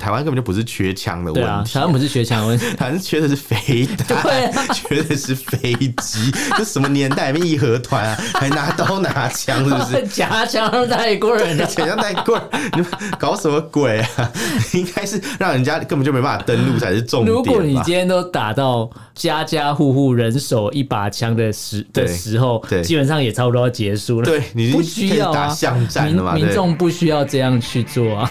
台湾根本就不是缺枪的对问啊，题，台湾不是学 枪问题，台湾缺的是飞弹， 对啊缺的是飞机， 这什么年代？义和团啊，还拿刀拿枪，是不 是？夹枪泰国人啊，想象太贵， 你们搞什么鬼啊？ 应该是让人家根本就没办法登录才是重点吧。如果你今天都打到家家户户人手一把枪的时的对时候对，基本上也差不多要结束了。对你已经不需要开始打啊，巷战了嘛民对民众不需要这样去做啊。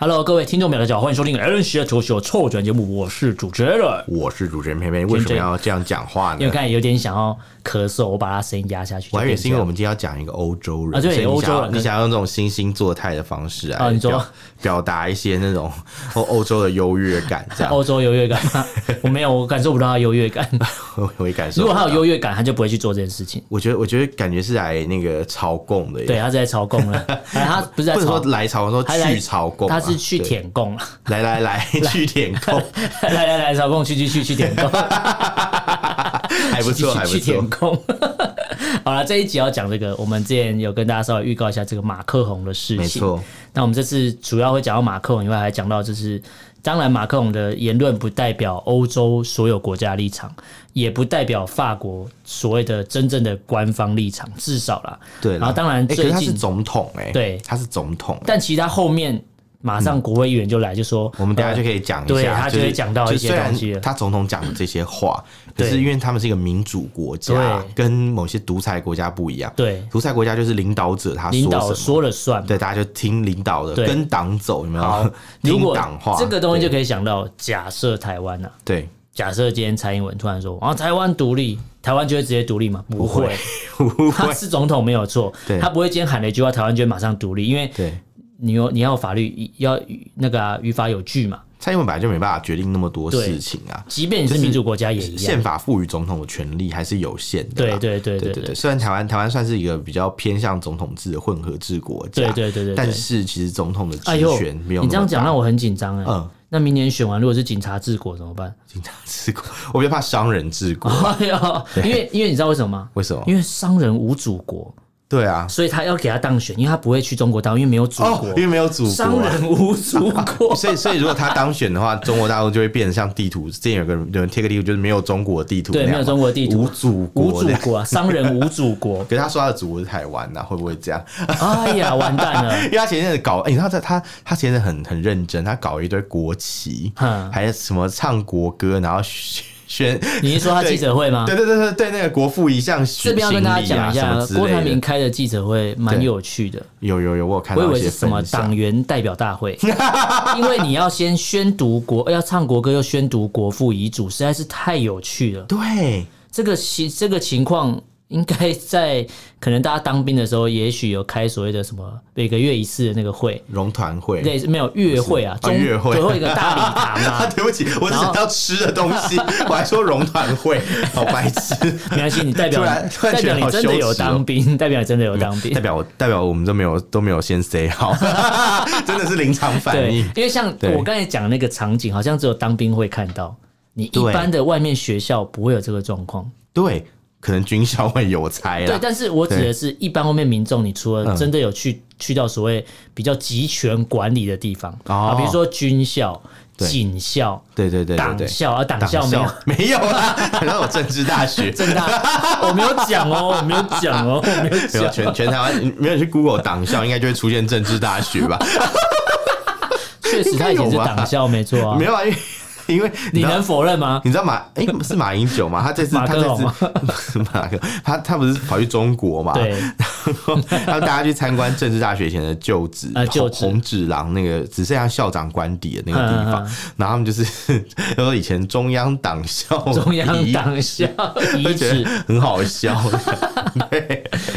Hello，各位听众朋友，大家好，欢迎收听 a l l e n s Talk Show 臭嘴节目，我是主持人。我是主持人偏偏，为什么要这样讲话因为呢？刚才有点想要咳嗽，我把他声音压下去。我还以为是因为我们们今天要讲一个欧洲人啊对所以你欧洲想要人你想要用这种惺惺作态的方式来啊你说表表达一些那种欧欧洲的优越感，这样欧洲优越感 吗，我没有，我感受不到他优越感。我会感受。啊如果他有优，越感，他就不会去做这件事情。我觉得我觉得感觉是来那个朝贡的耶，对，他是在朝贡 了，哎他不是在不能朝说，来朝贡，他说来去朝贡啊，他是去对，哦舔贡了。来 来来去舔贡， 来来来，朝贡去去去去舔贡。还不错，还不去错填。空。 好了，这一集要讲这个，我们之前有跟大家稍微预告一下这个马克宏的事情。没错，那我们这次主要会讲到马克宏以外，还讲到就是，当然马克宏的言论不代表欧洲所有国家的立场，也不代表法国所谓的真正的官方立场，至少啦。对啦，然后当然欸可最是他是近，总统哎、对他是总统欸、但其实他后面马上国会议员就来就说，嗯我们等一下呃就可以讲一下，对他就就会是讲到就一是些虽然东西了他总统讲的这些话，可对是因为他们是一个民主国家，对跟某些独裁国家不一样。对独裁国家就是领导者他领导说什么，说了算嘛。对，大家就听领导的，对跟党走，有没好有？如 听果党话，这个东西就以可以想到，假设台湾啊，对，假设今天蔡英文突然说，啊，台湾独立，台湾就会直接独立吗？不会会， 不他会，是总统没有错对，他不会今天喊了一句话，台湾就会马上独立，因为对。你有你要有法律要那个啊、语法有据嘛，蔡英文本来就没办法决定那么多对事情啊，即便你是民主国家也一样宪。法赋予总统的权利还是有限的对啦。对对对对对对，对虽然台湾台湾算是一个比较偏向总统制的混合制国家，对对对对但对。是其实总统的哎职呦权，没有你这样讲让我我很紧张哎。嗯，那明年选完，如果是警察治国怎么 办？警察治国，我比较怕商人治国，哎呦，因为因为你知道为什么吗？为什么？因为商人无祖国，对啊，所以他要给他当选，因为他不会去中国当，因为没有祖哦国，因。为没有祖国、商啊。人无祖国，所以，所以如果他当选的话，中国大陆就会变成像地图，之前有个人有人贴个地图，就是没有中国地图那对，样嘛，没有中国地图，无祖国，无祖。国啊，商人无祖 。国可是他说他的祖国是台湾啊呐、会不会这样？哎呀，完蛋了，因为他前阵子搞，哎、你知道他他他前阵子很很认真，他搞一堆国旗，嗯还有什么唱国歌，然后宣宣， 你是说他记者会吗？对对对对对，那个国父遗像这这边要跟大家讲一啊什下么，之郭台类铭的，开的记者会蛮有趣的，有有有，我有看我以到一为些是什分么享党。员代表大 会，因为你要先宣读国，呃要唱国歌又宣读国父遗嘱，实在是太有趣了。对，这个情这个情况。应该在可能大家当兵的时候，也许有开所谓的什么每个月一次的那个会，荣团会。 类似没有月会啊，哦中月会对会有一个大礼堂 啊，啊，对不起，我只想到吃的东西， 我还说荣团会，好白痴。 没关系，你代表突然突然代觉表得好你真的羞有耻哦嗯当兵， 代表你真的有当兵代。表我代表我们都没有都没有先 say 好，真的是临场反对，应因。为像对我刚才讲的那个场景，好像只有当兵会看到，你一对般的外面学校不会有这个状况。对，可能军校会有啊猜对啦，。但是我指的是一般外面民众，你除了嗯真的有去去到所谓比较集权管理的地方哦啊，比如说军校、对警校、对对对对党对，校啊，党党校没有。 没有啦，可能有政治大学。正大， 我没有讲哦，我没有讲哦，我没有没有讲。全全台湾，没有你去 Google 党校，应该就会出现政治大学吧？确实，他以前是党校，没错啊没。有 啊，因为因为你知道能否认吗？你知道马哎、是马英九吗？他这次马 他克这龙次马克他他不是跑去中国嘛？对，让大家去参观政治大学前的旧址，呃旧红址嗯红纸廊那个只剩下校长官邸的那个地方，然后他们就是 都说以前中央党校中央遗党校就遗觉址得，很好 笑，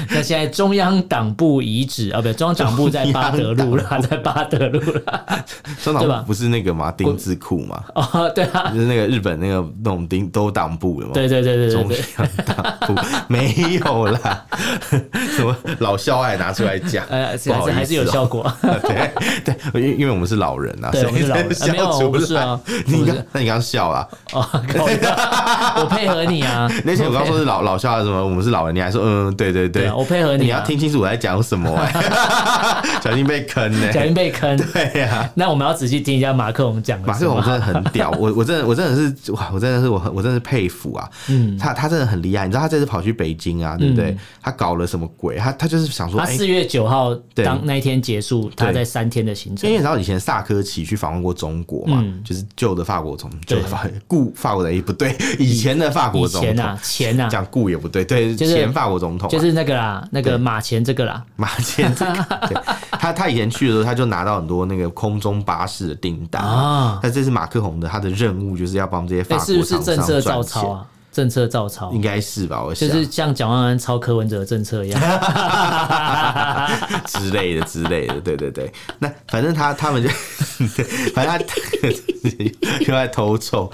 那现在中央党部遗址啊，不，中央党部在巴德路啦，在巴德路啦。中对吧党不是那个嘛丁字裤嘛，哦，对啊，就是那个日本那个那种丁都党部有没有对对对对对中对，央党部没有啦，什么老校爱拿出来讲，呃，不好意思还是还是有哦效果。对 对，因因为我们是老人啊，对所以我们是老人才啊没有笑出我不是来啊 你我刚是那你刚刚笑啊？哦，靠我配合你啊，那些我刚说是老老笑啊什么，我们是老人，你还说嗯对对对对啊，，我配合你你要啊，听清楚我在讲什么哎， 小心被坑呢。小心被坑。对啊呀。那我们要仔细听一下马克龙讲的马是克吗龙真的很屌， 我我真的我真的是哇，我真的是我很我真的是佩服啊，嗯，他他真的很厉害，你知道他这次跑去北京啊，对不对？他搞了什么鬼？他他就是想说，嗯他哎、四月九号对当那一天结束，他在三天的行因程为。你知道以前萨科齐去访问过中国嘛，嗯就是旧的法国总，旧的法故法国的也不对，以前的法国以总前统啊，钱啊，讲故也不对，对，就是前法国总统啊、就是那个啦，那对个马前这个啦，马前这 个，对他他以前去的时候，他就拿到很多那个空中巴士的订单啊但这次马克宏的他的任务就是要帮这些法国那哎是不是厂商政策照赚抄钱，啊？政策照抄啊应。该是吧？我就想是像蒋万安抄柯文哲的政策 一样，之类的之类的， 对对对。那反正他他们就， 反正他 又在偷臭，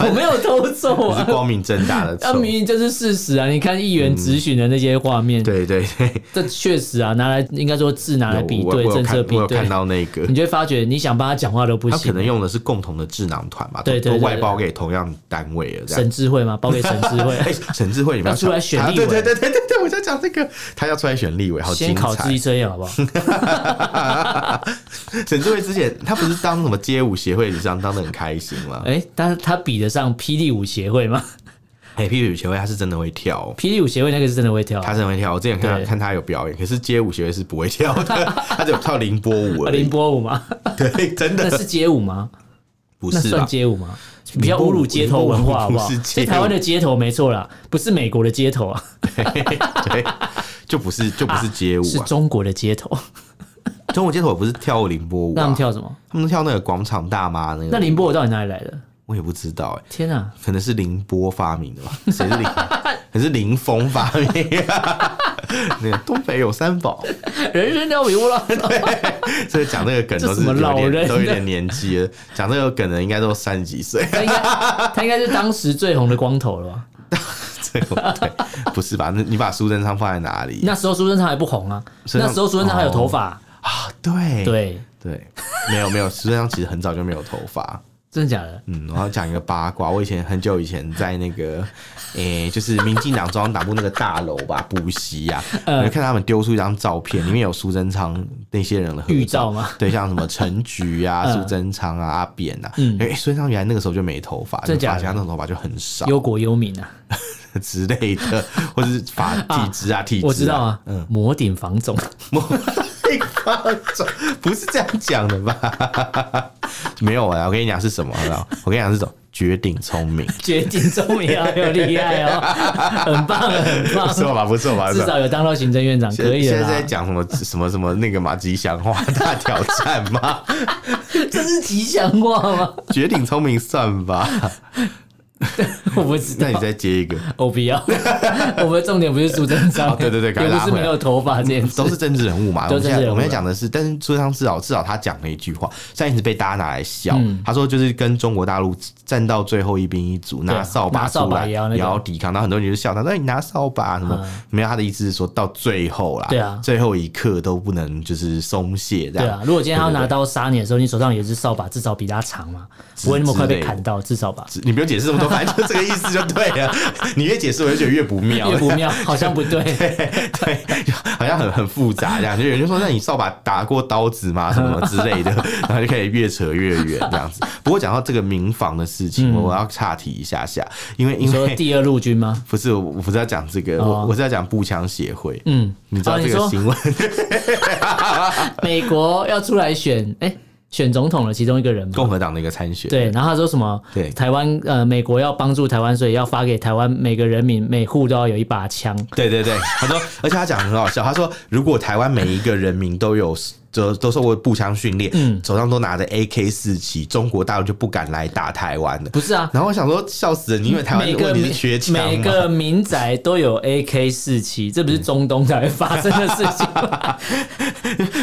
我没有偷走不是 啊，光明正大的那臭。明明就是事实啊！你看议员质询的那些画面，嗯对对对，这确实啊，拿来应该说字拿来比我我对我有政看策比我有对看，到那个你，就会发觉你想帮他讲话都不他行可，能用的是共同的智囊团嘛，对对都对外包给同样单位了，这样沈。智慧嘛，包给沈智 ，慧哎，沈智慧，你们要出来选他立对委啊对对对对对，我就讲这个，他要出来选立委，好先精考智彩。力测验好不 好？沈智慧之前，他不是当什么街舞协会理事长，当的很开心吗？哎，但是他比得上霹雳舞协会吗？哎，霹雳舞协会他是真的会跳哦，霹雳舞协会那个是真的会跳，啊他真的会跳。我之前看对看他有表演，可是街舞协会是不会跳的， 他只有跳凌波舞而啊凌已。波舞吗？ 对，真那的是街舞吗？不那是算吧？街舞吗？比较侮辱街头文化好不好不是？街是舞台湾的街头没错啦，不是美国的街头啊，对，就不是就不是街舞是啊。中国的街头。中国街头也不是跳凌波舞那啊他们，跳什么？他们跳那个广场大妈那那个，凌波舞到底哪里来的？我也不知道哎。天啊！可能是凌波发明 的吧？谁是凌？可是凌风发明、那个东北有三 宝，人生要比我老，所以讲这个梗都这是什么有老点人都有的点年纪了。讲这个梗的应该都三十几 岁，他应该他应该是当时最红的光头了吧？对对，不是吧？那你把苏贞昌放在哪里那时候苏贞昌还不红啊，所以他那时候苏贞昌还有头发，啊？对对，对，没有没有，苏贞昌其实很早就没有头发。真的假的？嗯，我要讲一个八卦。我以前很久以前在那个，诶、就是民进党中央党部那个大楼吧，补习呀，呃我就看他们丢出一张照片，里面有苏贞昌那些人的合预兆吗？对，像什么陈菊啊、 嗯苏贞昌啊、阿扁啊，哎、苏贞昌原来那个时候就没头发，就真假的发现他那种头发就很少忧国忧民啊，之类的，或者是发体质啊、体质、我知道，啊，摩顶房总， 莫被夸奖不是这样讲的吧？ 没有啊，我跟你讲是什么？好不好我跟你讲是什么？绝顶聪明， 绝顶中民啊，有厉害哦，很棒啊很不错棒，吧？不错吧？至是吧少有当到行政院长，现可以啊现在的在啦，讲什么什么什么那个嘛吉祥话大挑战吗？ 这是吉祥话吗？绝顶聪明算吧？ 我不知那你道，再接一个，我不要， 我们重点不是苏贞昌，哦对对对赶快也拉不是回来嗯没有头发这件事， 都是政治人物嘛。我都们是现在政治人物啊我们在讲的是，但是朱昌至少至少他讲了一句话，虽然一直被大家拿来笑，嗯他说就是跟中国大陆战到最后一兵一卒，拿扫把啊拿出扫把来也要那个嗯抵抗，然后很多人就笑他，说哎你拿扫把什么？没有，他的意思是说到最后啦，对啊最后一刻都不能就是松懈这对样啊，。如果今天他要拿对对对刀杀你的时候，你手上有一只扫把，至少比他长嘛，不会那么快被砍到，至少吧。你不用解释这么多，反正就这个意思就对了。 你越解释，我就觉得越不妙， 越不妙，好像不 对。对，就好像很很复杂这样，就有人就说，那你扫把打过刀子吗？什么之类 的，然后就开始越扯越远这样子。不过讲到这个民防的事情，我我要岔题一下下，因为嗯你因说为第二陆军吗？ 不是我我不是要讲这个，哦我我是要讲步枪协会。嗯，你知道哦这你个说新闻？美国要出来选，哎、选总统的其中一个人嘛共。和党的一个参选，对，然后他说什么？对台湾呃，美国要帮助台湾，所以要发给台湾每个人民每户都要有一把枪。对对对，他说，而且他讲得很好笑，他说如果台湾每一个人民都有。都都受过步枪训练，嗯手上都拿着 AK 四七，中国大陆就不敢来打台湾的。不是 啊，然后我想说，笑死人！你以为台湾每的个问题民是缺枪吗嗯每个民宅都有 AK 四七，这不是中东才会发生的事情 吗？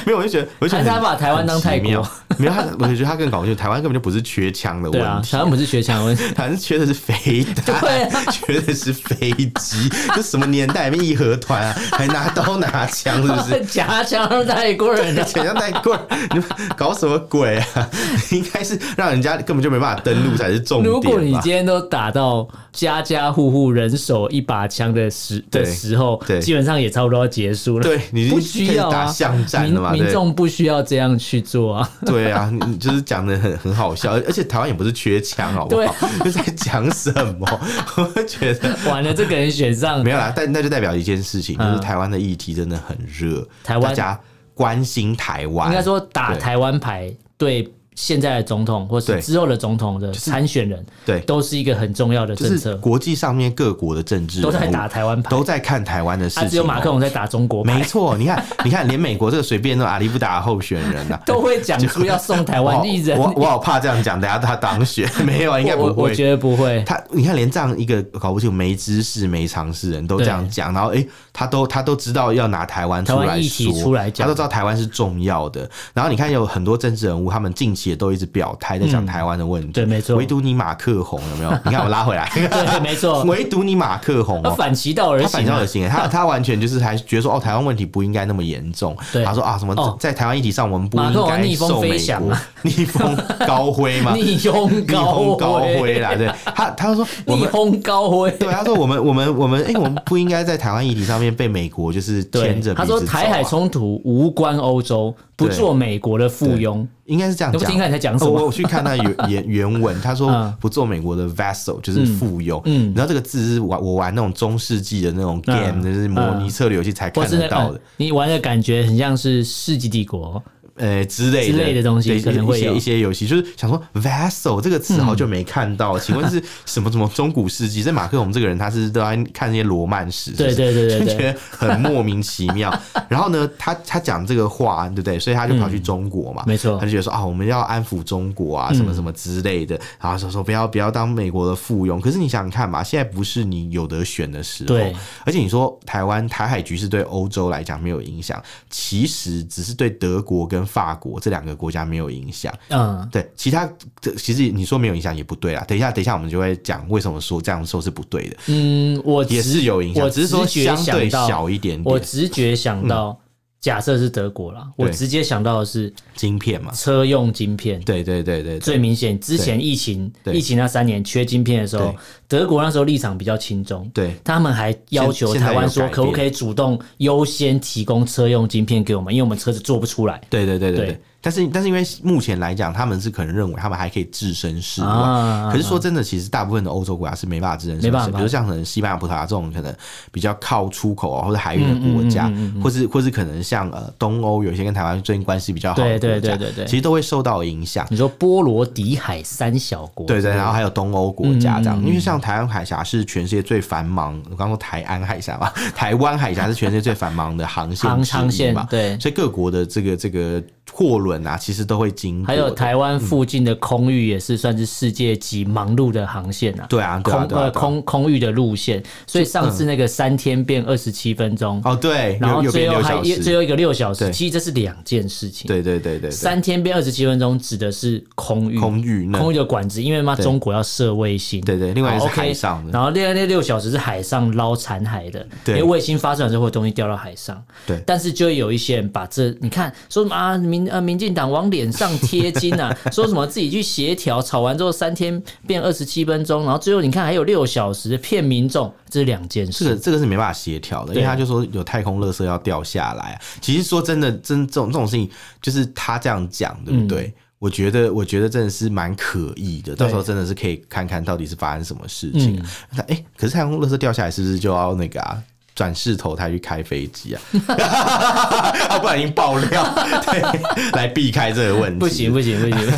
没有，我就觉得，我就觉得还是他很把台湾当泰国很奇妙没有他，我就觉得他更搞笑，台湾根本就不是缺枪的对啊问，题，台湾不是学强问题。台湾缺的是飞弹， 对啊缺的是飞机。这什么年代？义和团啊，还拿刀拿枪，是不 是？夹枪泰国人啊，钱像带棍儿，你们搞什么鬼啊？ 应该是让人家根本就没办法登录才是 重点吧。如果你今天都打到家家户户人手一把枪的时对的时候对，基本上也差不多要结束了。对你已经不需要开始啊，打巷战了嘛民对民众不需要这样去 做啊。 对啊，你你就是讲的很很好笑，而且台湾也不是缺枪，好不对好？ 就在讲什么？ 我觉得。完了，这个人选上没有啦，但那就代表一件事情，就是嗯台湾的议题真的很热，台湾大家关心台湾，应该说打对台湾牌对现在的总统或对是之后的总统的参选人，对都是一个很重要的就政是策，国际上面各国的政治都在人物打台湾牌都在看台湾的事啊，情哦。只有马克龙在打中国没牌，错，你看， 你看，连美国这个随便都阿里不达的候选人呐、啊， 都会讲出要送台湾艺人。我好我我好怕这样讲，等下他当选 没有啊？应该不我我会。觉得不会。他你看，连这样一个搞不清楚、没知识、没常识人都这样讲，然后诶，他都他都知道要拿台湾出台来湾议题说，出来他讲都知道台湾是重要的。然后你看，有很多政治人物，他们近期也都一直表态在讲台湾的问题，嗯对没错唯独你马克宏有没有？你看我拉回来， 对，没错，唯独你马克宏、他哦，反其道而他反行向啊恶。心欸，他他完全就是还觉得说哦，台湾问题不应该那么严重。对他说啊，什么哦在在台湾议题上我们不马克应龙该逆风受美飞翔啊国逆风高飞嘛， 逆风逆风高高飞飞啦，对他他说我逆们。风高飞。对，他说我们我们我们，哎、我们不应该在台湾议题上面被美国就是牵对着、，鼻他说子台走海啊冲突无关欧洲，不对做美国的附庸。应该是这样你不讲。听看你在讲什么哦我我去看他原原原文，他说嗯不做美国的 vessel 就是附庸。嗯你知道这个字是玩我玩那种中世纪的那种 game，、嗯就是模拟策略游戏才或看是那嗯得到个的。你玩的感觉很像是《世纪帝国呃之类之类的东西对可能一会些有嗯一些游戏，就是想说 vessel 这个词好久没看到，请问是什么什么中古世纪？这马克龙这个人他是都在看那些罗曼史，是不是对对对对就对觉得很莫名其妙。然后呢，他他讲这个话，对不对？所以他就跑去中国嘛，没错他就觉得说啊，我们要安抚中国嗯啊，什么什么之类的，然后说说不要不要当美国的附庸。可是你想想看嘛，现在不是你有得选的时候对，而且你说台湾台海局势对欧洲来讲没有影响，其实只是对德国跟法国这两个国家没有影响。》。嗯，对，其他这其实你说没有影响也不对啦。等一下，等一下，我们就会讲为什么说这样说是不对的，嗯，我也直是有影响，我只是说直觉相对想到小一点我点。直觉想到，假设是德国啦，我对直接想到的是晶片嘛，车用晶片。对对对对对最明显，之前疫情对疫情那三年缺晶片的时候对，德国那时候立场比较轻松，对他们还要求现现在台湾有说改可不变可以主动优先提供车用晶片给我们，因为我们车子做不出来。对对对对对对。但是但是因为目前来讲，他们是可能认为他们还可以置身事外。啊可是说真的，其实大部分的欧洲国家是没办法置身事没外办，比法如像可能西班牙、葡萄牙这种可能比较靠出口啊或者海运的国家，嗯或是或是可能像呃东欧有一些跟台湾最近关系比较好的对对国家，对对对其实都会受到影响。你说波罗的海三小国，对对，然后还有东欧国嗯家这样，因为像台湾海峡是全世界最繁忙， 我刚说台安海峡嘛，台湾海峡是全世界最繁忙的航线航之一航线嘛，对所以各国的这个这个货轮啊，其实都会经过的，还有台湾附近的空域也是算是世界级忙碌的航线啊。对啊，对空啊，对啊呃，空空域的路线，所以上次那个三天变二十七分钟，对啊哦对，然后右最边后六还小一最时，后一个六小对时，其实这是两件事情。对对对对对，三天变二十七分钟指的是空域，空域那空域的管制，因为嘛对中国要设卫星，对对另外一个是好，OK，海上的然后另外那六小时是海上捞残骸的，对因为卫星发射完之后会有东西掉到海上，对但是就有一些人把这你看说什么啊民呃民进党往脸上贴金 啊，说什么自己去协调，吵完之后三天变二十七分钟，然后最后你看还有六小时骗民众，这是两件这事，个这个是没办法协调的，因为对啊他就说有太空垃圾要掉下来、啊。其实说真的，真这种这种事情，就是他这样讲，对不嗯对？我觉得，我觉得真的是蛮可疑的。到时候真的是嗯可以看看到底是发生什么事情啊。那哎、可是太空垃圾掉下来是不是就要那个啊？转世投胎去开飞 机啊， 啊不然已经爆料， 对，来避开这个问题。不行不行不行，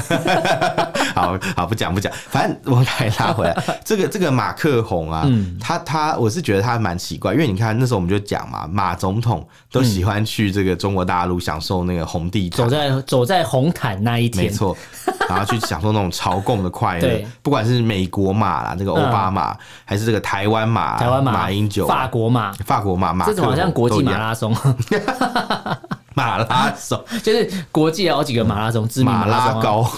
好好不讲不讲，反正我们还拉回来。这个这个马克宏啊，嗯他他我是觉得他蛮奇怪，因为你看那时候我们就讲嘛，马总统都喜欢去这个中国大陆享受那个红地毯嗯走。在走在红毯那一没天，错，然后去享受那种朝贡的快乐对，嗯不管是美国马啦，这个奥巴马，还是这个台湾马、台湾马、马英九、法国马，法国马、马克这种好像国都际一马样拉松，马拉松、就是国际有好几个马拉松，知名马拉拉松啊。 高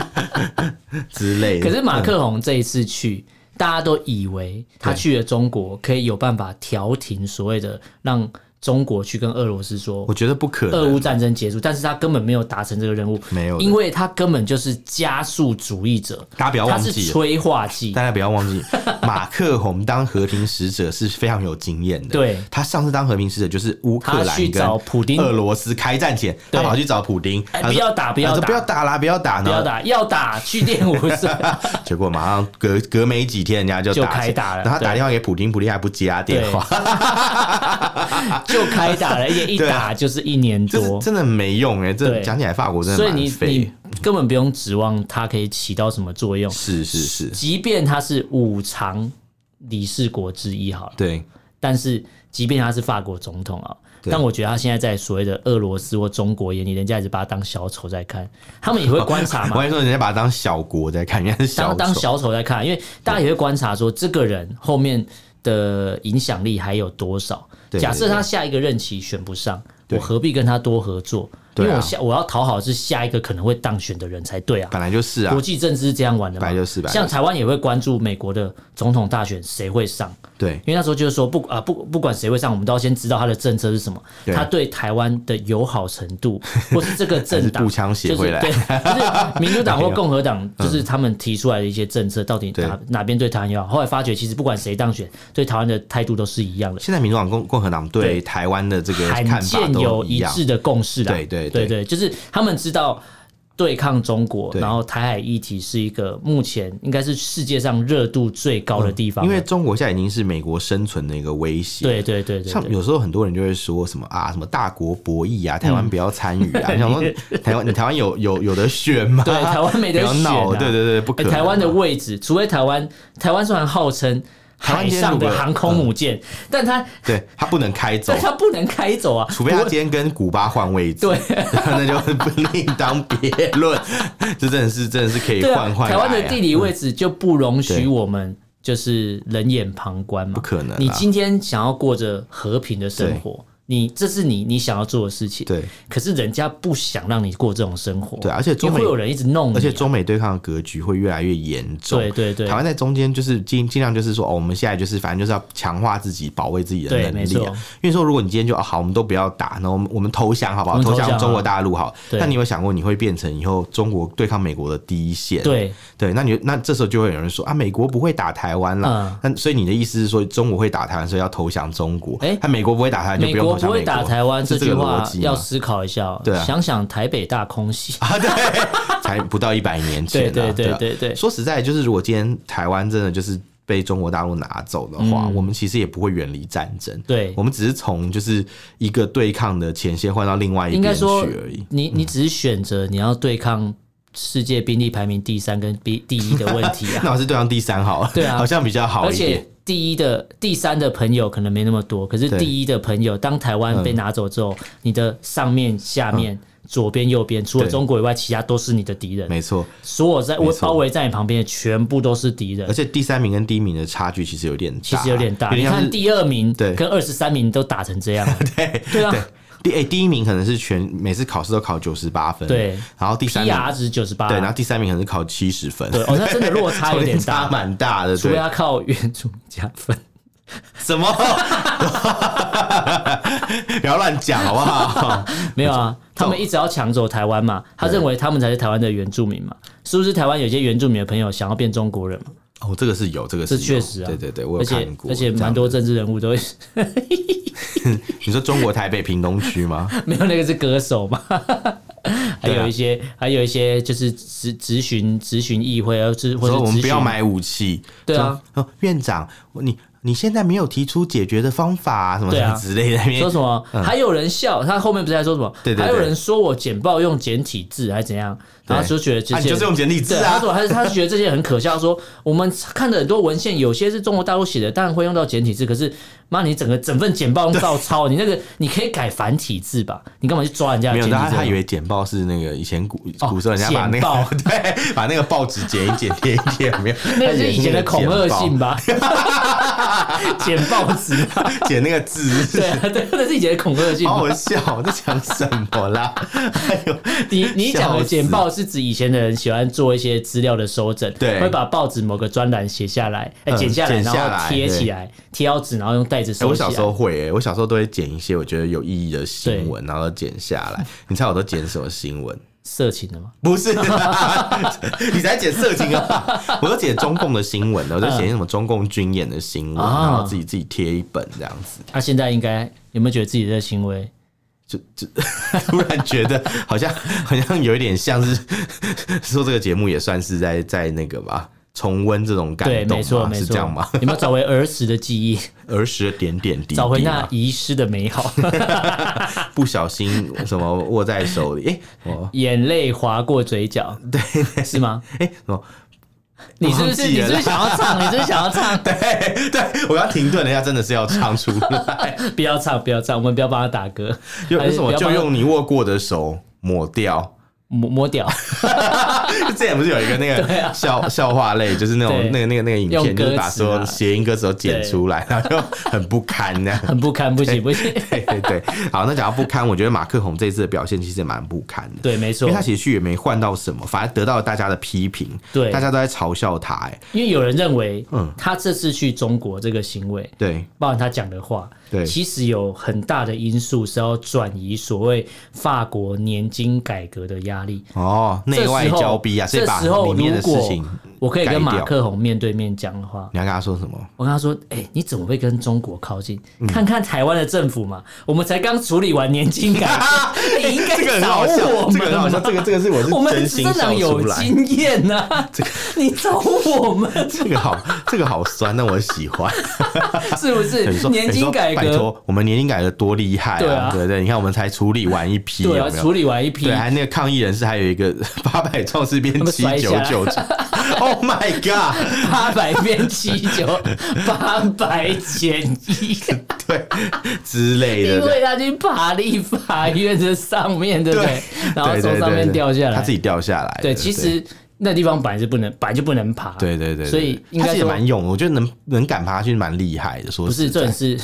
之类的。可是马克宏这一次去，大家都以为他去了中国可以有办法调停所谓的让中国去跟俄罗斯说我觉得不可俄能乌，战争结束，但是他根本没有达成这个任务，没有的因为他根本就是加速主义者，大家不要他忘是记了。催化剂大，家不要忘记，马克宏当和平使者是非常有经验的。对他上次当和平使者就是乌克他去兰跟找普丁俄罗斯开战前，他对跑去找普丁，哎他说不要打不要他说打不要打啦，不要打，不要然后打，要打去练武士， 结果马上隔隔没几天，人家就就打起开打了然后他打对电话给普丁，普丁还不接他电话，就开打了，而且一对啊打就是一年这是多，真的没用哎、这对讲起来法国真所的以蛮你废你，根本不用指望他可以起到什么作用，是是是，即便他是五常理事国之一好了，对，但是即便他是法国总统啊，对但我觉得他现在在所谓的俄罗斯或中国眼里，人家也是把他当小丑在看，他们也会观察 我嘛，还说人家把他当小国在看，人家是小当当丑小丑在看，因为大家也会观察说这个人后面的影响力还有多少。对假设他下一个任期选不上，我对何必跟他多合作？对因啊为我下我要讨好是下一个可能会当选的人才对啊。本来就是啊国，际政治是这样玩的嘛，本来就是本来就是像台湾也会关注美国的总统大选谁会上，对因为那时候就是说不啊、不不管谁会上，我们都要先知道他的政策是什么，对他对台湾的友好程度，或是这个政党 还是步枪协会来嗯就是对，就是民主党或共和 党，就是他们提出来的一些政策，到底哪哪边对台湾友好？后来发觉其实不管谁当选，对台湾的态度都是一样的，现在民主党共共和党对对台湾的这个罕看法见都有一一样，致的共识啦。对对对对对，就是他们知道。对抗中国，对然后台海议题是一个目前应该是世界上热度最高的地嗯方因了，为中国现在已经是美国生存的一个威胁。对对对对，像对嗯有时候很多人就会说什么啊，什么大国博弈啊，台湾不要参与 啊。你想说台湾，你台湾有有有的选吗？对台湾没得不要选啊闹对对对，不可欸能啊。台湾的位置，除非台湾，台湾虽然号称台湾海今天上的如果航空母舰，嗯但它对他不能开 走但，它不能开走啊，除非他今天跟古巴换位置，对， 那就不另当别论。这真的是真的是可以对啊换，换来台啊。嗯湾的地理位置就不容许对我们就是冷眼旁观嘛，不可能啊你今天想要过着和平的生活，你这是你你想要做的事情，对，可是人家不想让你过这种生活，对啊而且中因为美会有人一直弄你啊，而且中美对抗的格局会越来越严重。对对对台湾在中间就是尽尽量就是说，哦，我们现在就是反正就是要强化自己保卫自己的对能没力、错啊。因为说，如果你今天就、哦、好，我们都不要打，那我们我们投降好不我好？们投投降啊降中国大陆好。对但你有没有想过，你会变成以后中国对抗美国的第一线？对对，那你那这时候就会有人说啊，美国不会打台湾啦。嗯那、所以你的意思是说，中国会打台湾，所以要投降中国？诶那美国不会打台湾，就美不用国投不降美会打台湾是这这句个逻话辑要吗？思考一下哦，对啊想想台北大空袭，啊，对，才不到一百年前、啊， 对对对啊对对说实在，就是如果今天台湾真的就是被中国大陆拿走的话，我们其实也不会远离战争，嗯对我们只是从就是一个对抗的前线换到另外一应边该去说而已。嗯你你只是选择你要对抗世界兵力排名第三跟第第一的问题啊，那我是对上第三好了，对啊好像比较好而一点且。第一的第三的朋友可能没那么多，可是对第一的朋友，当台湾被拿走之后，你的上面、下面、左边、右边，除了嗯对中国以外，其他都是你的敌人。没错，所有在我没错包围在你旁边的全部都是敌人而，且第三名跟第一名的差距其实有点大，其实有点大。有你点像看是第二名对跟二十三名都打成这 样，对对啊，第哎、第一名可能是全每次考试都考九十八分，对，然后第三，P 名 R 值九十八，对，然后第三名可能是考七十分，对，哦，那真的落差有点差大，蛮大的，除 对非，要靠原住民加分。什 么？不要乱讲好不好？没有啊，他们一直要抢走台湾哦嘛，他认为他们才是台湾的原住民嘛，是不是？台湾有些原住民的朋友想要变中国人嘛， 哦，这个是有，这个是这有确实啊，对对对，我而有且看过，而且这样蛮多。政治人物都会， 你说中国台北屏东区 吗？没有那个是歌 手嘛，还对啊有一些，还有一些就是咨咨询咨询议会，或是或说者我们不要买武器，对啊说，哦，院长，你你现在没有提出解决的方法、啊，什么对什啊么之类的。那边说什么？还有人笑，他后面不是还说什么？嗯对对对还有人说我简报用简体字还是怎样，然后就觉得这啊，你些就是用简体字对，他啊，说他他觉得这些很可笑，说我们看的很多文献，有些是中国大陆写的，当然会用到简体字，可是妈，你整个整份简报用照抄，你那个你可以改繁体字吧？你干嘛去抓人家的没有，简体他字？他以为简报是那个以前古哦古时候人家把那简报个 对，把那个报纸剪一剪 贴一贴，有没有？那他以个是为以前的那个恐吓信简吧？ 简报纸啊，报，剪那个字是不是对啊对，那是以前的恐吓信吧好。好笑， 我在讲什么啦？哎呦，你你讲笑的死简报是指以前的人喜欢做一些资料的收整，对会把报纸某个专栏写下来，哎、嗯剪下来，剪下来然后贴起来，贴好纸，然后用袋子哎、收我起来。小时候会、欸，我小时候都会剪一些我觉得有意义的新闻，然后剪下来。你猜我都剪什么新闻？ 色情的嘛，不是，你才剪色情啊！我都剪中共的新闻，我就剪什么中共军演的新闻，嗯啊然后自己自己贴一本这样子。他、现在应该有没有觉得自己的行为？就就突然觉得好像好像有一点像是说这个节目也算是在在那个吧重温这种感对，动没错，嘛，没是错，这样吗？ 啊有没有找回儿时的 记忆，儿时的点点滴滴嘛，找回那遗失的美 好？不小心什么握在手里，哎、我眼泪划过嘴角，对 是吗？哎、什么？你是不是忘你记了是不是想要唱？你是不是想要唱？ 对对，我刚停顿了一下，真的是要唱出来。不要唱，不要唱，我们不要帮他打歌，就 还为是什不么要就帮他用你握过的手抹掉？ 摸摸掉，之前不是有一个那个笑、笑话类，就是那啊对种那个那个那个影用片，歌就是把词所啊有谐音歌词都剪出来，然后就很不堪那样。 很不堪，不行不行。对对对，好，那讲到不堪，我觉得马克宏这次的表现其实也蛮不堪的。对，没因错为，他其实去也没换到什么，反而得到了大家的批评，对大家都在嘲笑他、哎，因为有人认为，嗯他这次去中国这个行为，对包含他讲的话，对其实有很大的因素是要转移所谓法国年金改革的压力。哦，内外这时候交逼啊，所以这把时候里面如的事果情，我可以跟改马掉克宏面对面讲的话，你要跟他说什么？我跟他说：“哎、你怎么会跟中国靠近？嗯看看台湾的政府嘛，我们才刚处理完年金改 革，你应这个该很找好我笑，这个很好们笑，嘛。这个这个是我是我们真执心政笑党出有来，经验呐、你找我 们这个好，这个好酸，但我喜欢。是不你 是？说年金改你说拜革，托，我们年金改革多厉害对啊啊，对不对？你看我们才处理完一批，有对啊，没有处？理完一批对，，还那个抗议人士还有一个 八百壮士变他们七摔九下来九九 ，Oh my god！八百变七 九，八百减一，对之类因的，为他去爬立法院的上面，对不对对？然后对从对上对面对掉下来，他自己掉下来的。对，其实那地方本来是不能，本来就不能爬，对对对，对所以应他该其实说蛮勇的，我觉得能能敢爬上去蛮厉害的。说不是，这重点是。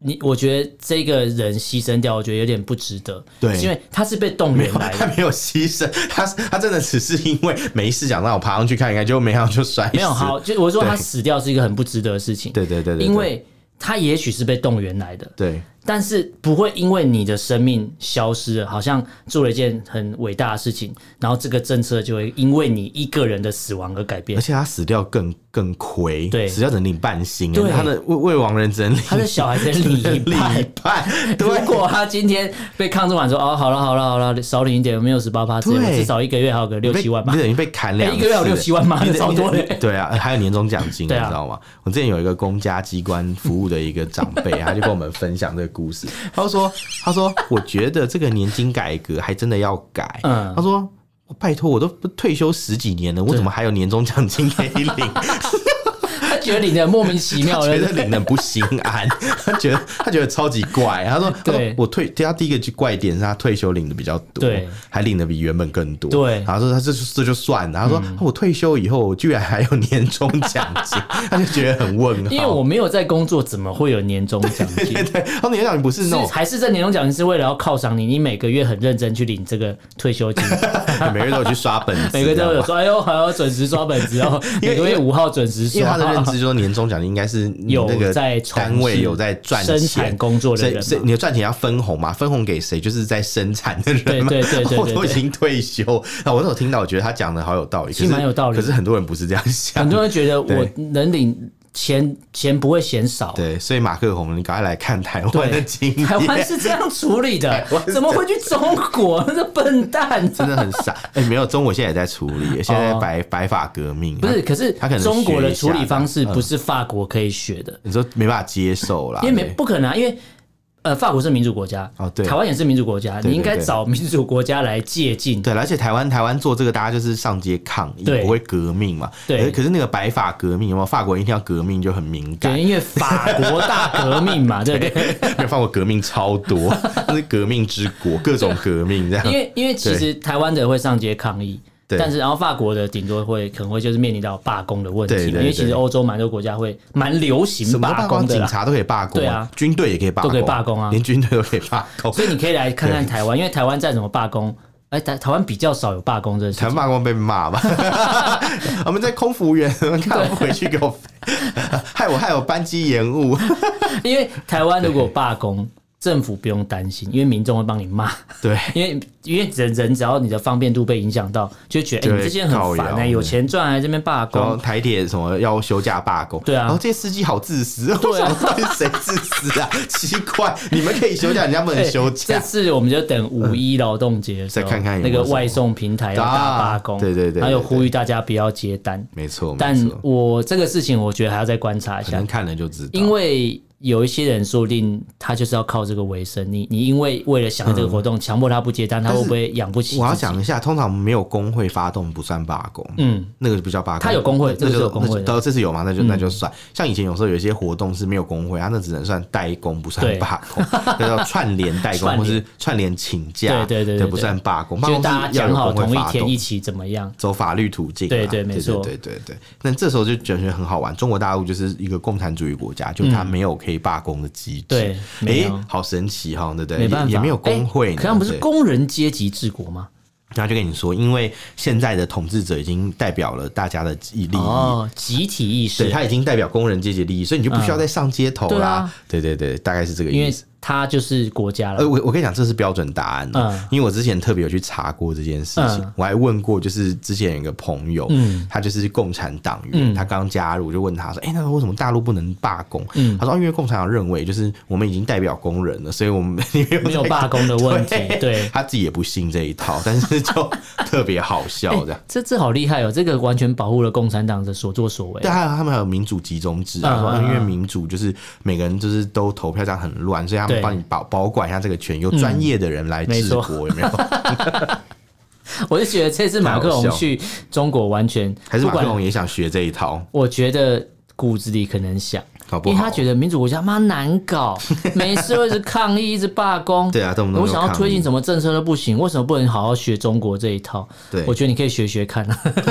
你我觉得这个人牺牲掉，我觉得有点不值得。对是因为他是被动员来他的，没有牺牲，他他真的只是因为没事想让我爬上去看一看，结果没想到就摔死。没有好，就我说他对死掉是一个很不值得的事情。对，对对对对，因为他也许是被动员来的，对但是不会因为你的生命消失了，好像做了一件很伟大的事情，然后这个政策就会因为你一个人的死亡而改变而。且他死掉更更亏，对死掉只能领半薪，对他的未未亡人只能领他的小孩子理领一 派。半， 如对。果他今天被抗争完说哦，好了好了好了，少领一点，没有十八趴，对至少一个月还有个六被七万吧你。等于被砍两哎次、一个月有六七万吗你超多的你对啊，还有年终奖金，你对知啊道吗？我之前有一个公家机关服务的一个长辈， 他就跟我们分享这个故事。他就说：“他说我觉得这个年金改革还真的要改。嗯他说：“拜托，我都退休十几年了，我怎么还有年终奖金可以领？”他觉得领的莫名其妙他 觉得的，领的不心安， 他觉得他觉得超级怪。他说：“他说对我退，他第一个就怪点是他退休领的比较多，对还领的比原本更多。对嗯然后说他这就这就算了。他说、啊我退休以后，我居然还有年终奖金， 他就觉得很问号。因为我没有在工作，怎么会有年终奖金？ 对，他说年终奖金不是那是种还是这年终奖金是为了要犒赏你，你每个月很认真去领这个退休金，每个月都有去刷本子，啊 每个月这都样有吗。”说，哎呦，还要准时刷本子哦，因每为个月五号准时刷。因为他的认知就是说年终奖金应该是你 有那个在从单位事有在赚生钱产工作的所人以嘛所以你的赚钱要分红嘛，分红给谁？就是在生产的人嘛。对对对对我都对已经退休啊！我那时候听到，我觉得他讲的好有道理，其实蛮有道理可是可是很多人不是这样想，很多人觉得我对能领。钱钱不会嫌少。啊对，所以马克宏，你赶快来看台湾的经 台湾验，是这样处 理的湾，是怎么会去中国？这笨 蛋！ 真的很傻。哎、没有，中国现在也在处理，现在白、白发革命，哦啊不是，可是他可能中国的学一处下理方式不是法国可以学的，你说没办法接受啦，因为没对不可能啊，因为。呃，法国是民主国家，哦对台湾也是民主国家，对你应该对找民主国家来借鉴。对，而且台湾台湾做这个，大家就是上街抗议，对不会革命嘛。对可是可是那个白发革命有没有？法国人一听到革命就很敏感对，，因为法国大革 命嘛，对不对？因为法国革命超 多，那是革命之国，各种革命这样因。为因为其实台湾的会上街抗议，嗯对但是然后法国的顶多会可能会就是面临到罢工的问题，对对因为其实对欧洲蛮多国家会蛮流什行么都罢罢工工，的警啦。察都可以罢工，对啊，军队也可以罢工，都可以罢工啊连军队都可以罢工。所以你可以来看看台湾，因为台湾再怎么罢工，哎，台台湾比较少有罢工这个事台湾情。罢工被骂 吧？我们在空服员，看我回去给我， 害我害我班机延误。 因为台湾如果罢工，政府不用担心，因为民众会帮你骂， 对，因为因为人人只要你的方便度被影响到，就会觉得就哎、会你这些人很靠烦腰哎、有钱赚还这边罢然后工，台铁什么要休假罢工，对啊然后这些司机好自私，我对啊想到底谁自私 啊？奇怪，你们可以休假，人家不能 对休这假。次我们就等五一劳动节的时候，再看看有没那有个外送平台要大罢工，啊对对对对还有呼吁大家不要接单。没错，但没错，我这个事情，我觉得还要再观察一可下能，看了就知道，因为有一些人说不定他就是要靠这个为生。你你因为为了想这个活动，强迫他不接单，他会不会养不起？我要，讲一下，通常没有工会发动不算罢工，嗯，那个就不叫罢工。他有工会那这个就是有工会的嗯那就这次有吗？那就那就算。像以前有时候有一些活动是没有工会，他那只能算代工，不算对罢工， 那叫串联代工，串联或是串联请假，对对对对不对算罢工。罢就是工大家是要讲有好工同会一发天动一。起怎么样？走法律途径啊、对对，对没错对对对。那这时候就觉得很好玩。中国大陆就是一个共产主义国家，就它没有可以罢工的机制，对没有哎，好神奇哈，对不对？没办法，也也没有工会哎呢，可他们不是对工人阶级治国吗？然后就跟你说，因为现在的统治者已经代表了大家的利益，哦，集体意对识，他已经代表工人阶级利益，所以你就不需要再上街头嗯对啦。啊对对对，大概是这个因意为思。他就是国家呃，了。我我跟你讲，这是标准答案、啊。嗯因为我之前特别有去查过这件事情，嗯我还问过，就是之前有一个朋友，嗯他就是共产党员，他刚加入，我就问他说：“哎、那为什么大陆不能罢工？”嗯他说、哦因为共产党认为，就是我们已经代表工人了，所以我们没有罢工的问 题，对，他自己也不信这一套，但是就 特别好笑这样。这这好厉害哦！这个完全保护了共产党的所作所为。但还有他们还有民主集中制哎嗯啊，说嗯因为民主就是每个人就是都投票，这样很乱，所以他对们帮你保保管一下这个权，由专业的人来嗯没治错国，有没有？ 我就觉得这次马克龙去中国，完全还是不马克管，龙也想学这一套，我觉得骨子里可能想，搞不因好为他觉得民主国家妈难 搞，没事会一直抗议，一直罢工。对啊动不动我就想要抗议推行什么政策都不行，为什么不能好好学中国这一套？对我觉得你可以学学看。啊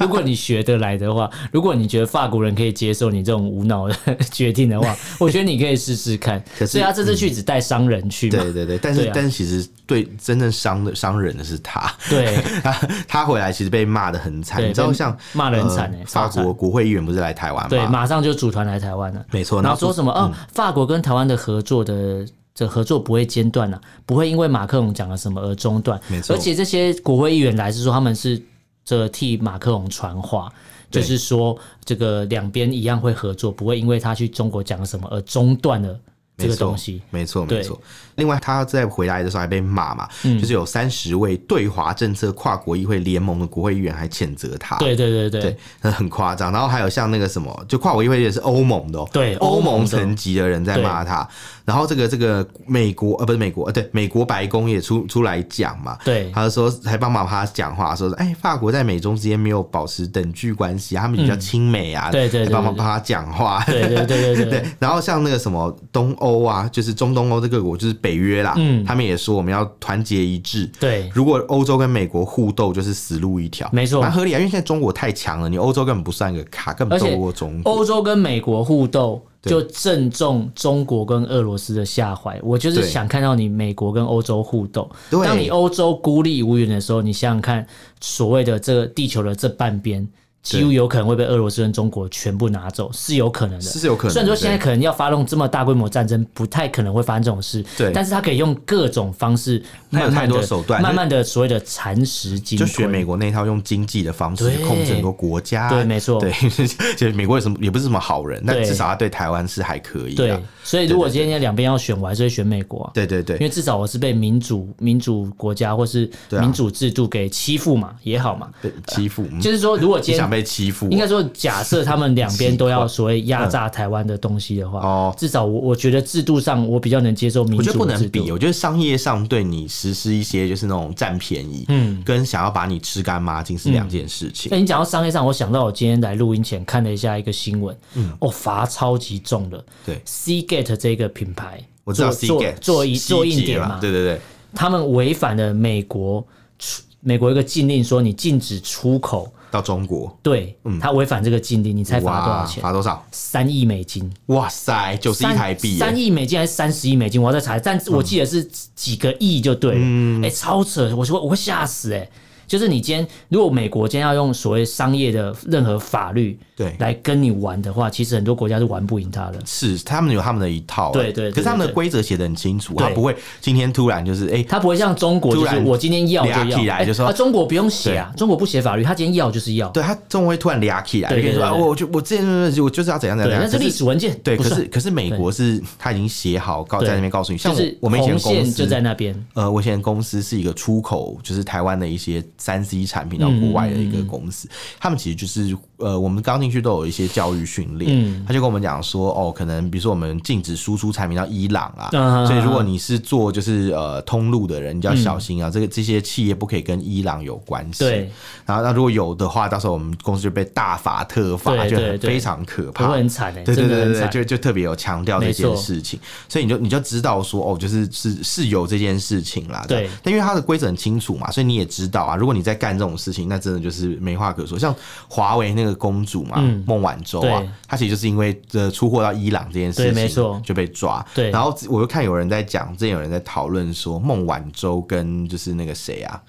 如果你学得来的话，如果你觉得法国人可以接受你这种无脑的 决定的话，我觉得你可以试试看。可是所以他这次去只带商人去嘛？对对对，但是、对啊但其实对真正伤的伤人的是他，对。 他他回来其实被骂的很惨，对你知道被像骂得很惨呃欸法超惨国国会议员不是来台湾吗？对，马上就组团来台湾了。没错，嗯然后说什么？哦，法国跟台湾的合作的这合作不会间断啊，不会因为马克龙讲了什么而中断。没错而且这些国会议员来是说他们是这替马克龙传话。就对是说，这个两边一样会合作，不会因为他去中国讲了什么而中断了这个东西。没错，对嗯没错。另外，他在回来的时候还被骂嘛，就是有三十位对华政策跨国议会联盟的国会议员还谴责他。对对对对对，那很夸张。然后还有像那个什么，就跨国议会也是欧盟的、哦，对欧欧盟盟的层级的人在骂他。然后这个这个美国呃不是美国呃对美国白宫也出出来讲嘛，对他就说还帮忙他讲话，说哎法国在美中之间没有保持等距关系啊，他们比较亲美啊，嗯对对对还帮忙对帮他讲话，对对对对 对对，然后像那个什么东欧啊，就是中东欧这个国，就是北约啦，嗯他们也说我们要团结一致。对，如果欧洲跟美国互斗，就是死路一条，没错蛮合理啊。因为现在中国太强了，你欧洲根本不算个卡，根本而且斗不过中国。欧洲跟美国互斗，嗯对就正中中国跟俄罗斯的下怀。我就是对想看到你美国跟欧洲互斗。对当你欧洲孤立无援的时候，你想想看，所谓的这个地球的这半边，几乎有可能会被俄罗斯跟中国全部拿走，是有可能的。是有可能的虽然说现在可能要发动这么大规模战争，不太可能会发生这种事，对但是他可以用各种方式，他有慢慢太多地手段慢慢的所谓的蚕食鲸就吞，学美国那一套，用经济的方式对去控制很多国家。对没错对， 其实美国也什么也不是什么好人，但对至少他对台湾是还可以对的。，所以如果今天两边要选，我还是会选美国啊。对对对因为至少我是被民主民主国家或是对啊民主制度给欺负嘛，也好嘛。被欺负，嗯就是说，如果今你天想被欺负哦，应该说，假设他们两边都要所谓压榨台湾的东西的话，嗯哦至少我我觉得制度上我比较能接受民我主觉得制度。不能比，我觉得商业上对你实施一些就是那种占便宜，嗯，跟想要把你吃干抹净是两件事情。哎、你讲到商业上，我想到我今天来录音前看了一下一个新闻，嗯哦，罚超级重的。对，Seagate 这个品牌，我知道做 C 做做一做硬碟嘛嘛，，对对对，他们违反了美国出美国一个禁令，说你禁止出口，到中国，对，他违反这个禁令，你猜罚多少嗯哇，钱？罚多少？三亿美金，哇塞，九十一三台币耶，三亿美金还是三十亿美金？我要再查，但我记得是几个亿就对了。哎、嗯超扯！我说我会吓死哎、就是你今天，如果美国今天要用所谓商业的任何法律对来跟你玩的话，其实很多国家是玩不赢他的。是他们有他们的一套啊，对对对可是他们对的对规则写的很清楚，对他不会今天突然就是哎，他不会像中国，就突是然我今天要就俩起要，来就说啊，中国不用写啊，中国不写法律，他今天要就是要。对他总会突然俩起来，对就跟对你说，对啊对我我就我之前我就是要怎样怎对，样，那怎是样历史文件，对，不可算是可是美国是他已经写好告在那边告诉你，像就我是我们以前红公线司就在那边。呃，我以前公司是一个出口，就是台湾的一些三 C 产品到嗯国外的一个公司，他们其实就是呃，我们刚进去都有一些教育训练，嗯他就跟我们讲说，哦，可能比如说我们禁止输出产品到伊朗啊，啊所以如果你是做就是呃通路的人，你就要小心啊，这个这些企业不可以跟伊朗有关系。嗯对，然后那如果有的话，到时候我们公司就被大罚特罚，对就对很对非常可不怕，会很惨哎、对对真的对很对，惨。就就特别有强调这没件错事情，所以你就你就知道说哦，就是是是有这件事情啦。对这样但因为它的规则很清楚嘛，所以你也知道啊。如果你在干这种事情，那真的就是没话可说。像华为那个公主嘛，孟晚舟啊嗯对，她其实就是因为呃出货到伊朗这件事对情，没错就被抓。对然后我又看有人在讲，之前有人在讨论说孟晚舟跟就是那个谁啊，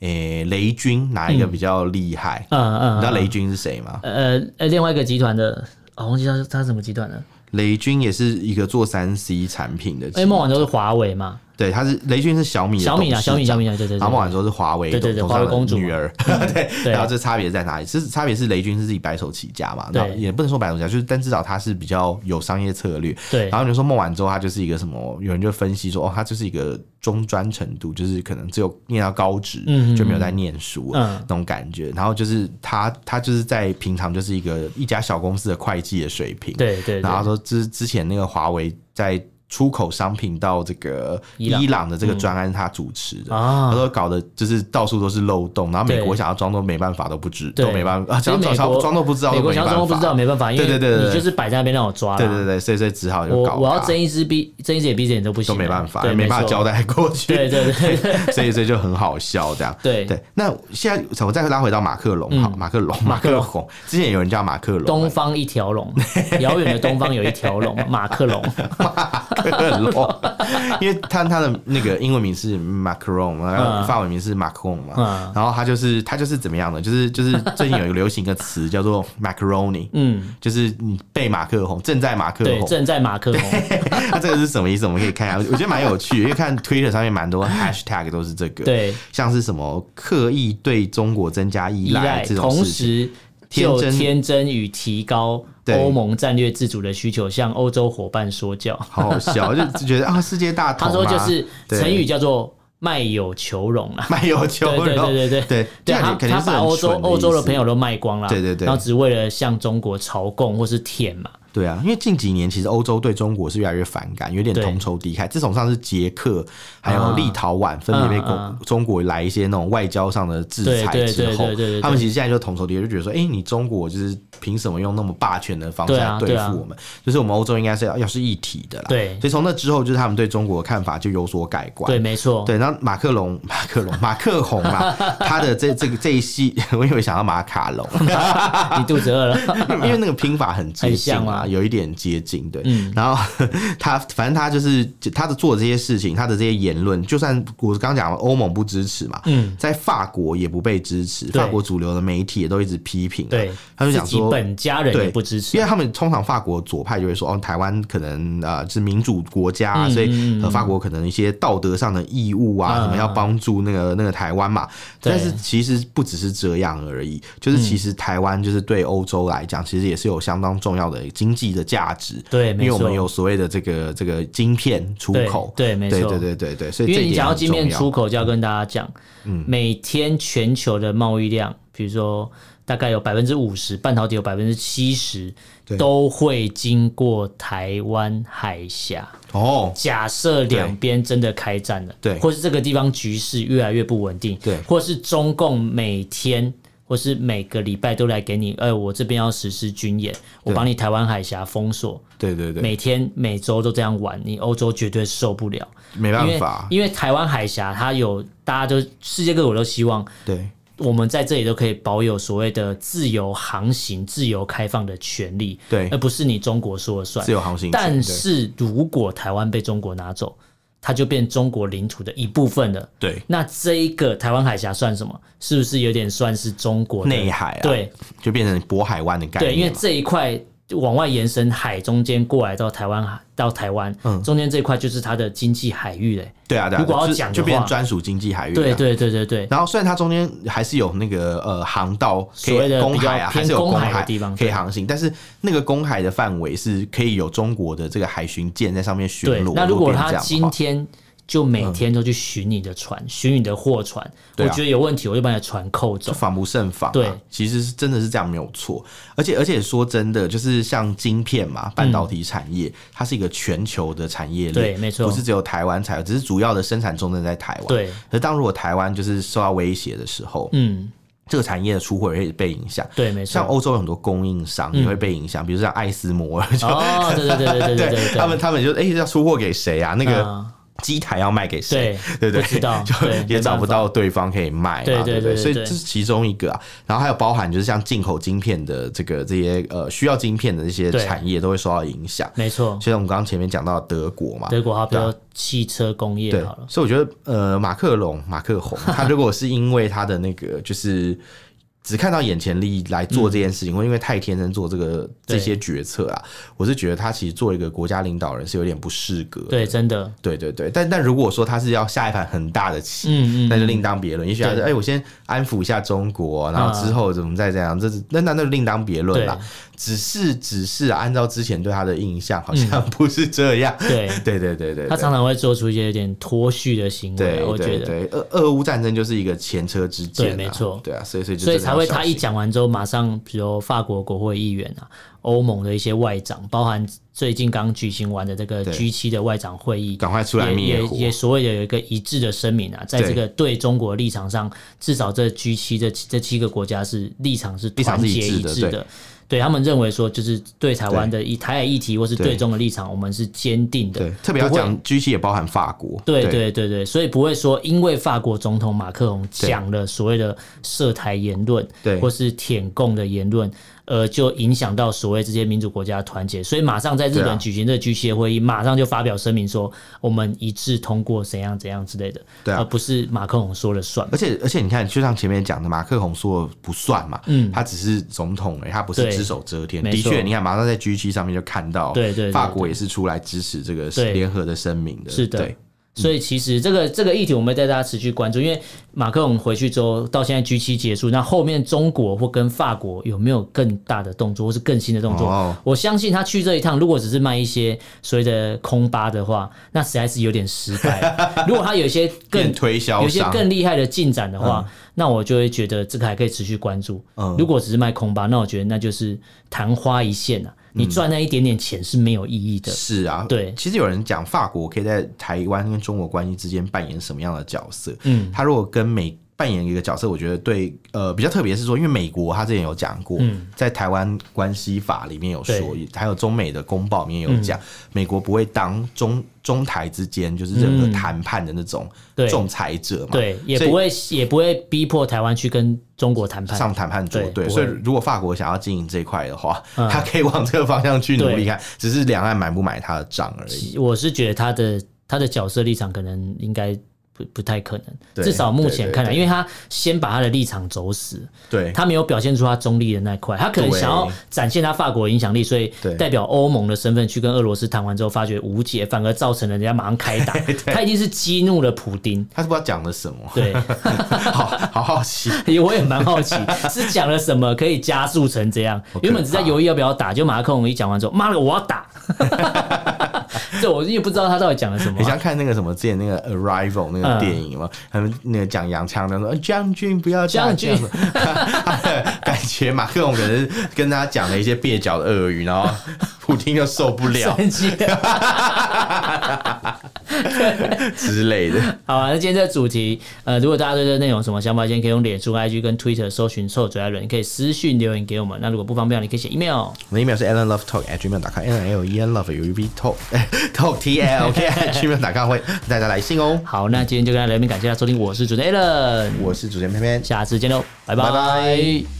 诶、雷军哪一个比较厉害？嗯嗯，你知道嗯雷军是谁吗？呃呃，另外一个集团的，哦，忘记他是他是什么集团了。雷军也是一个做三 C 产品的集团，哎，孟晚舟是华为嘛，对，他是雷军是小米的小米啊，董事小米，长小米啊，对对然后孟对。晚舟是华为对对对董事长的华为公主嘛女儿， 对，对啊然后这差别在哪里？是差别是雷军是自己白手起家嘛，对那也不能说白手起家，就是但至少他是比较有商业策略。对然后你说孟晚舟，他就是一个什么？有人就分析说，哦，他就是一个中专程度，就是可能只有念到高职，嗯就没有在念书、嗯那种感觉。然后就是他，他就是在平常就是一个一家小公司的会计的水平，对对然后他对，说之之前那个华为在出口商品到这个伊朗伊朗的这个专案，他主持的。他啊，说搞的就是到处都是漏洞，然后美对国想要装作没办法都不知，对都没办法，啊其实想美想国要装作不知道美都国没想要办装作不知道法。没办法，因为对对对对你就是摆在那边让我抓啦。对对对，所以所以只好就我搞我要他睁一只闭睁一只眼闭一只眼都不行都啊，没办法，对，没办法交代。代过去。对对对对 所以所以就很好笑这样。对嗯对，那现在我再拉回到马克龙，好，马克龙，马克龙，之前有人叫马克龙，东方一 条龙，遥远的东方有一条龙，马克龙。克龙，因为他他的那个英文名是 Macron，然后嗯法文名是 Macron 嘛，嗯然后他就是他就是怎么样的，就是就是最近有一个流行一个词叫做 Macaroni，嗯，就是你被马克红，正在马克对，红，正在马克龙。 那这个是什么意思？我们可以看一下，我觉得蛮有趣的，因为看 Twitter 上面蛮 多 hashtag 都是这个，，对，像是什么刻意对中国增加依依赖，赖这种同事情。时就天真天真与提高对欧盟战略自主的需求，向欧洲伙伴说教。好好笑，就就觉得啊，世界大同他嘛。说就是对成语叫做卖友求荣啦。卖 有求对对荣，对对对对，这对样他，肯定他是把很欧洲蠢欧洲的意思朋友都卖光了，啊对对对然后只为了向中国朝贡或是舔嘛，对啊，因为近几年其实欧洲对中国是越来越反感，有点对啊同仇敌忾。自从上次捷克还有立陶宛分别被嗯嗯中国来一些那种外交上的制裁对对之后对对对对对，他们其实现在就同仇敌忾，就觉得说，哎，你中国就是凭什么用那么霸权的方式对来啊对对啊付我们？就是我们欧洲应该是要要是一体的啦。对所以从那之后，就是他们对中国的看法就有所改观。对，没错，对，然后马克龙、马克龙、马克宏啦，他的这这个这一系， 我以为想要马卡龙， 你肚子 饿了，因为那个拼法很接近很像啊嗯嘛，吗有一点接近，对。然后 他反正他就是他的做的这些事情，他的这些言论，就算我刚讲欧盟不支持嘛，嗯在法国也不被支持，对法国主流的媒体也都一直批评、啊，对，他就想自己说本家人对也不支持因，为他们通常法国左派就会说，哦，台湾可能呃是民主国家、啊，嗯所以嗯呃法国可能一些道德上的义务啊，嗯什么要帮助那个那个台湾嘛。对嗯但是其实不只是这样而已，就是其实台湾就是对欧洲来讲，其实也是有相当重要的经济的价值。对，因没为我错们，有所谓的这个这个晶片出口，对对没对错对对对对，所以因这为一你点讲到很晶片重出要。嗯口，就要跟大家讲，每天全球的贸易量，比如说大概有百分之五十，半导体有百分之七十对，都会经过台湾海峡。哦，假设两边真的开战了，对或是这个地方局势越来越不稳定，对或是中共每天。或是每个礼拜都来给你，哎、我这边要实施军演，我对把你台湾海峡封锁，对对对，每天每周都这样玩，你欧洲绝对受不了。没因办为法，因为台湾海峡它有，大家都世界各国都希望对我们在这里都可以保有所谓的自由航行、自由开放的权利，对呃而不是你中国说了算自。由航行权，但对是如果台湾被中国拿走，它就变中国领土的一部分了。对那这一个台湾海峡算什么？是不是有点算是中国的内海啊，对，就变成渤海湾的概念嘛，对，因为这一块往外延伸海中间过来到台湾，到台湾、中间这一块就是它的经济海域嘞、对嗯啊，对啊，如果要就讲的就变成话专属经济海域。对。对对对对，然后虽然它中间还是有那个呃航道可所谓以的公比较海啊，还偏是有公海的海地方可以对航行，但是那个公海的范围是可以有中国的这个海巡舰在上面巡对逻。。那如果变成他这样的今话嗯天就每天都去巡你的船，巡你的货船，对我啊觉得有问题，我就把你的船扣就。走防不胜防、啊。对其实是真的是这样没有错。而且而且说真的，就是像晶片嗯嘛，半导体产业，它是一个全球的产业链，对没错不是只有台湾才有，只是主要的生产重镇在台湾。对。可是当如果台湾就是受到威胁的时候，嗯，这个产业的出货也会被影响。对，没像错。欧洲有很多供应商也会被影响，比如像艾斯摩尔，就、哦，对对对嗯对对对对，他们他们就哎、要出货给谁啊？那个嗯机台要卖给谁？对对不对，不知道 就对也没找不办法到对方可以卖嘛，对对对不对对所以对这是其中一个啊。然后还有包含就是像进口晶片的这个这些呃需要晶片的这些对嗯产业都会受到影响。没错。就像我们刚刚前面讲到德国嘛，德国好，比如对说汽车工业啊对好了，，所以我觉得呃，马克龙、马克 宏，他如果是因为他的那个就是。只看到眼前利益来做这件事情，或因为太天真做这个这对些决策啊，我是觉得他其实做一个国家领导人是有点不适格的。对，真的，对对对，但但如果说他是要下一盘很大的棋，嗯嗯那就另当别论。也许他是对嗯哎，我先安抚一下中国，然后之后怎么再这样，这是那那那就另当别论啦对。只是只是啊按照之前对他的印象，好像不是这样。嗯对， 对对对对，他对常常会做出一些有点脱序的行为对啊，我觉对得，对，俄俄乌战争就是一个前车之鉴、啊，对没错对啊，所以所以就所以真的才要会小他一心讲完之后，马上比如法国国会议员啊，欧盟的一些外长，包含最近刚举行完的这个对 G 七的外长会议，赶快出来灭也也火，也所谓的有一个一致的声明啊，在对这个对中国立场上，至少这 G 七这这七个国家是立场是立场团是结一致一的致的。对他们认为说，就是对台湾的以台海议题或是对对中的立场，我们是坚定的对，，特别要不会讲 G 七也包含法国，对对对对，所以不会说因为法国总统马克龙讲了所谓的涉台言论，对或是舔共的言论，呃，就影响到所谓这些民主国家的团结，所以马上在日对啊本举行这 G 7的会议，马上就发表声明说我们一致通过怎样怎样之类的，对啊嗯而不是马克龙说了算。而且而且你看，就像前面讲的，马克宏说不算嘛，他只是总统而已，他不是嗯对只手遮天。没的错确，你看马上在 G 七上面就看到，对对对法国也是出来支持这个对联合的声明的，是的对所以其实这个这个议题，我们会带大家持续关注，因为马克龙回去之后，到现在 G 七结束，那后面中国或跟法国有没有更大的动作，或是更新的动作？哦我相信他去这一趟，如果只是卖一些所谓的空巴的话，那实在是有点失败了。 如果他有一些变更推销有一些商，更厉害的进展的嗯话，那我就会觉得这个还可以持续关注。如果只是卖空巴，那我觉得那就是昙花一现啊，你赚那一点点钱是没有意义嗯的。是啊，对其实有人讲法国可以在台湾跟中国关系之间扮演什么样的角色？嗯，他如果跟美扮演一个角色，我觉得对呃比较特别是说，因为美国他之前有讲过，在台湾关系法里面有说嗯对，嗯还有中美的公报里面有讲，美国不会当中中台之间就是任何谈判的那种对仲裁者嘛，对，也所以不会也不会逼迫台湾去跟中国谈判。上谈判桌，对对，不所以会如果法国想要经营这一块的话，嗯他可以往这个方向去努力对看，只是两岸买不买他的账而已。我是觉得他的他的角色立场可能应该不不太可对能，至少目前看来，对对对因为他先把他的立场走死，对，他没有表现出他中立的那一块，他可能对想要展现他法国的影响力，所以对代表欧盟的身份去跟俄罗斯谈完之后，发觉无解，反而造成人家马 上开打，他一定是激怒了普丁。他是不知道讲了什么， 对，好好好奇。我也蛮好奇，是讲了什么可以加速成这样好可？怕原本只在犹豫要不要打，就马克龙一讲完之后，妈的，我要打！ 这我也不知道他到底讲了什么你。像看那个什么之前那个《Arrival》那个嗯电影嘛，他们那个讲洋枪的说呃将军不要将军军，感觉马克龙可能跟他讲了一些蹩脚的俄语，然后普京就受不了 生气了。之类的。好啊，那今天这个主题，呃，如果大家对这个内容有什么想法，先可以用脸书、IG 跟 Twitter 搜寻“臭嘴艾伦”，你可以私讯留言给我们。那如果不方便，你可以写 email。我的 email 是 alanlovetalk@gmail.com，a l l e n love u v talk talk t l k gmail.com 会大家来信哦。好，那今天就跟大家聊到这边，感谢大家收听，我是主持人 a l l n 我是主持人偏偏，下次见喽，拜拜拜拜